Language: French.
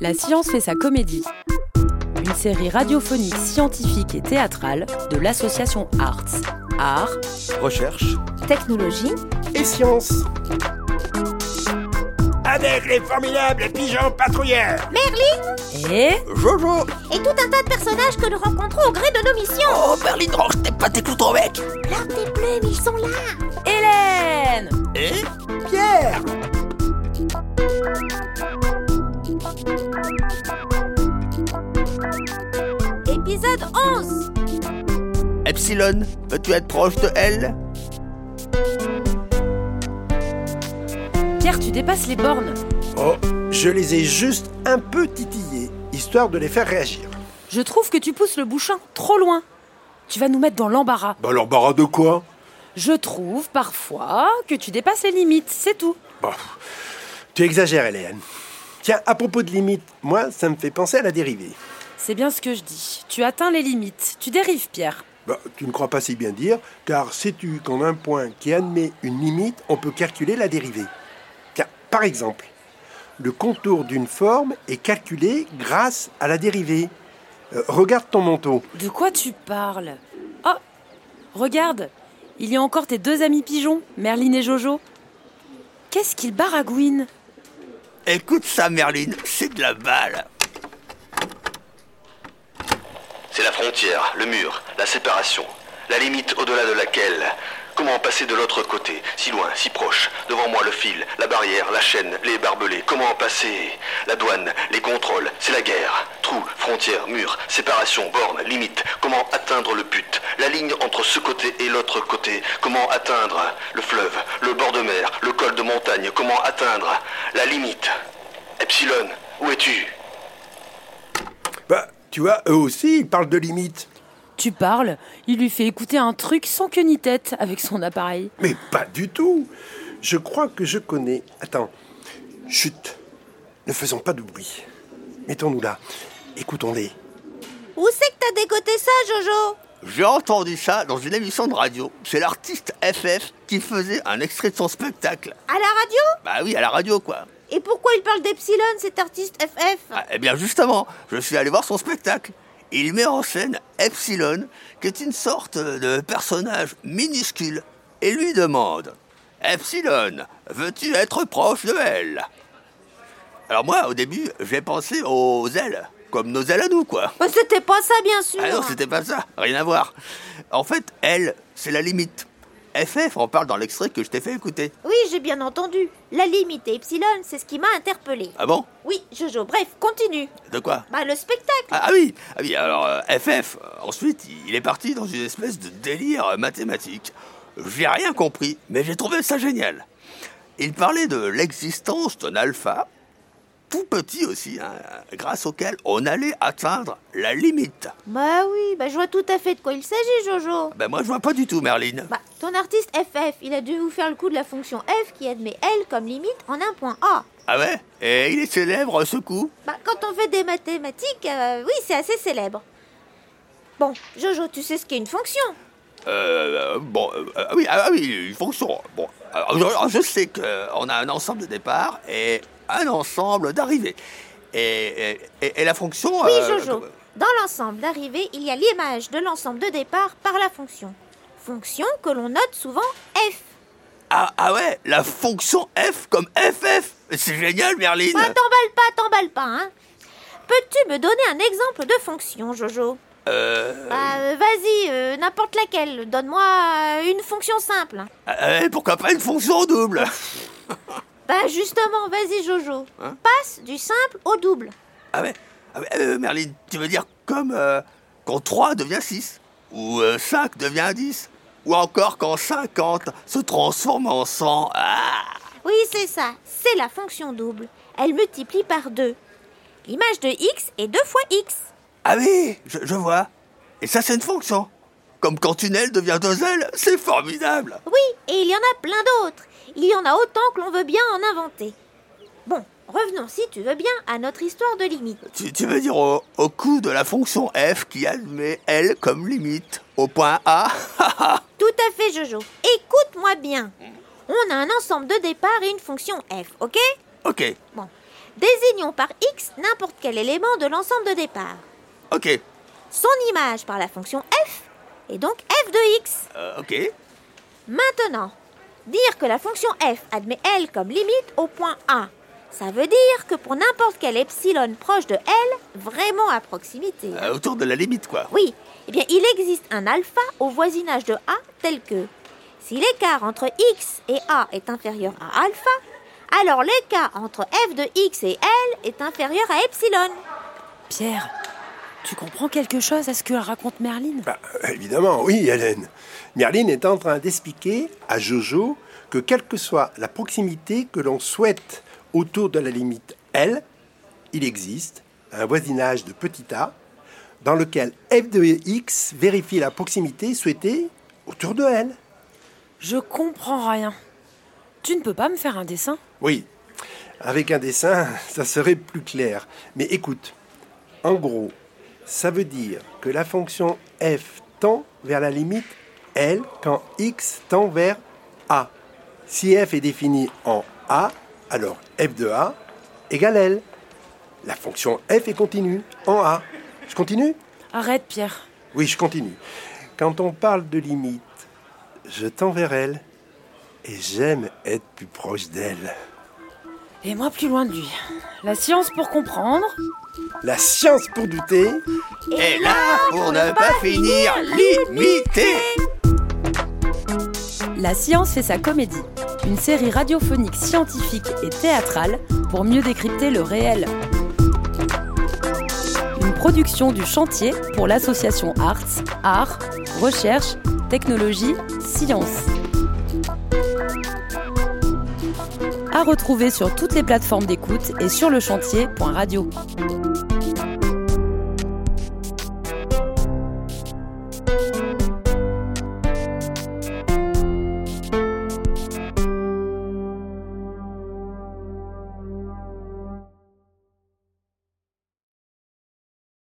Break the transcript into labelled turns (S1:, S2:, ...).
S1: La science fait sa comédie. Une série radiophonique scientifique et théâtrale de l'association Arts. Art,
S2: Recherche.
S3: Technologie,
S4: et science.
S5: Avec les formidables pigeons patrouilleurs
S1: et...
S2: Jojo
S3: et tout un tas de personnages que nous rencontrons au gré de nos missions.
S2: Oh, Berlin Roche, t'es pas tes cloutons, mec
S3: Leurs des plumes, ils sont là.
S1: Hélène
S2: Et
S4: Pierre
S3: Épisode 11.
S2: Epsilon, veux-tu être proche de elle
S1: Pierre, tu dépasses les bornes.
S4: Oh, je les ai juste un peu titillés, histoire de les faire réagir.
S1: Je trouve que tu pousses le bouchon trop loin. Tu vas nous mettre dans l'embarras.
S4: Bah l'embarras de quoi
S1: Je trouve parfois que tu dépasses les limites, c'est tout.
S4: Bon, Bah, tu exagères, Hélène. Tiens, à propos de limite, moi, ça me fait penser à la dérivée.
S1: C'est bien ce que je dis. Tu atteins les limites. Tu dérives, Pierre.
S4: Bah, tu ne crois pas si bien dire, car sais-tu qu'en un point qui admet une limite, on peut calculer la dérivée Tiens, par exemple, le contour d'une forme est calculé grâce à la dérivée. Euh, regarde ton manteau.
S1: De quoi tu parles Oh Regarde Il y a encore tes deux amis pigeons, Merlin et Jojo. Qu'est-ce qu'ils baragouinent
S2: Écoute ça, Merlin, c'est de la balle.
S6: C'est la frontière, le mur, la séparation, la limite au-delà de laquelle. Comment passer de l'autre côté, si loin, si proche Devant moi le fil, la barrière, la chaîne, les barbelés. Comment passer La douane, les contrôles, c'est la guerre. Trou, frontière, mur, séparation, borne, limite. Comment atteindre le but La ligne entre ce côté et l'autre côté. Comment atteindre le fleuve, le bord de mer, le col de montagne Comment atteindre la limite Epsilon, où es-tu
S4: Bah, tu vois, eux aussi, ils parlent de limite.
S1: Tu parles Il lui fait écouter un truc sans queue ni tête avec son appareil.
S4: Mais pas du tout. Je crois que je connais. Attends. Chut. Ne faisons pas de bruit. Mettons-nous là. Écoutons-les.
S3: Où c'est que t'as décoté ça, Jojo
S2: J'ai entendu ça dans une émission de radio. C'est l'artiste FF qui faisait un extrait de son spectacle.
S3: À la radio
S2: Bah oui, à la radio, quoi.
S3: Et pourquoi il parle d'Epsilon, cet artiste FF
S2: Ah, eh bien justement, je suis allé voir son spectacle. Il met en scène Epsilon, qui est une sorte de personnage minuscule, et lui demande Epsilon, veux-tu être proche de elle Alors moi, au début, j'ai pensé aux ailes, comme nos ailes à nous, quoi.
S3: Bah, C'était pas ça, bien sûr.
S2: Ah non, c'était pas ça, rien à voir. En fait, elle, c'est la limite. FF en parle dans l'extrait que je t'ai fait écouter.
S3: Oui, j'ai bien entendu. La limite et Epsilon, c'est ce qui m'a interpellé.
S2: Ah bon
S3: Oui, Jojo, bref, continue.
S2: De quoi
S3: Bah, le spectacle.
S2: Ah, ah oui, ah oui, alors euh, FF, euh, ensuite il est parti dans une espèce de délire euh, mathématique. J'ai rien compris, mais j'ai trouvé ça génial. Il parlait de l'existence d'un alpha, tout petit aussi, hein, grâce auquel on allait atteindre la limite.
S3: Bah oui, bah je vois tout à fait de quoi il s'agit, Jojo.
S2: Ben moi je vois pas du tout, Merlin.
S3: Bah, ton artiste FF, il a dû vous faire le coup de la fonction F qui admet L comme limite en un point A.
S2: Ah ouais Et il est célèbre ce coup
S3: Bah, quand on fait des mathématiques, euh, oui, c'est assez célèbre. Bon, Jojo, tu sais ce qu'est une fonction
S2: Euh, euh, bon, euh, ah oui, ah oui, une fonction. Bon, alors, je, alors, je sais qu'on a un ensemble de départ et un ensemble d'arrivée. Et, et- et- et la fonction.
S3: Oui,
S2: euh,
S3: Jojo.
S2: comme-
S3: Dans l'ensemble d'arrivée, il y a l'image de l'ensemble de départ par la fonction. Fonction que l'on note souvent F.
S2: Ah, ah ouais, la fonction F comme FF C'est génial, Merlin
S3: Bah, t'emballe pas, t'emballe pas, hein. Peux-tu me donner un exemple de fonction, Jojo
S2: Euh,
S3: Bah, euh, vas-y, euh, n'importe laquelle. Donne-moi euh, une fonction simple.
S2: euh, pourquoi pas une fonction double
S3: Bah, justement, vas-y, Jojo.
S2: Hein
S3: Passe du simple au double.
S2: Ah ouais, ah ouais, euh, Merlin, tu veux dire comme euh, quand 3 devient 6 Ou euh, 5 devient 10 Ou encore quand 50 se transforme en 100 Ah
S3: Oui, c'est ça. C'est la fonction double. Elle multiplie par 2. L'image de x est 2 fois x.
S2: Ah oui, je, je vois. Et ça, c'est une fonction. Comme quand une aile devient deux ailes, c'est formidable.
S3: Oui, et il y en a plein d'autres. Il y en a autant que l'on veut bien en inventer. Bon, revenons, si tu veux bien, à notre histoire de limite.
S2: Tu, tu veux dire au, au coup de la fonction f qui admet L comme limite au point A
S3: Tout à fait, Jojo. Écoute-moi bien. On a un ensemble de départ et une fonction f, ok
S2: Ok.
S3: Bon. Désignons par X n'importe quel élément de l'ensemble de départ.
S2: Ok,
S3: Son image par la fonction f est donc f de x.
S2: euh, ok.
S3: Maintenant, dire que la fonction f admet L comme limite au point A, ça veut dire que pour n'importe quel epsilon proche de L, vraiment à proximité.
S2: Euh, autour de la limite, quoi.
S3: Oui, eh bien il existe un alpha au voisinage de A tel que si l'écart entre x et A est inférieur à alpha, alors l'écart entre f de x et L est inférieur à epsilon.
S1: Pierre, tu comprends quelque chose à ce que raconte Merline
S4: Bah, évidemment, oui, Hélène. Merline est en train d'expliquer à Jojo que quelle que soit la proximité que l'on souhaite autour de la limite L, il existe un voisinage de petit a dans lequel f de x vérifie la proximité souhaitée autour de L.
S1: Je comprends rien. Tu ne peux pas me faire un dessin
S4: Oui, avec un dessin, ça serait plus clair. Mais écoute, en gros, ça veut dire que la fonction f tend vers la limite L quand x tend vers A. Si f est définie en A, alors f de A égale L. La fonction f est continue en A. Je continue
S1: Arrête, Pierre.
S4: oui, je continue. Quand on parle de limite, je tends vers elle et j'aime être plus proche d'elle.
S1: Et moi plus loin de lui. La science pour comprendre.
S4: La science pour douter.
S2: Et là, pour ne pas finir limité
S1: La science fait sa comédie. Une série radiophonique scientifique et théâtrale pour mieux décrypter le réel. Une production du chantier pour l'association Arts, Arts, Recherche, Technologie, Science. À retrouver sur toutes les plateformes d'écoute et sur le chantier.radio.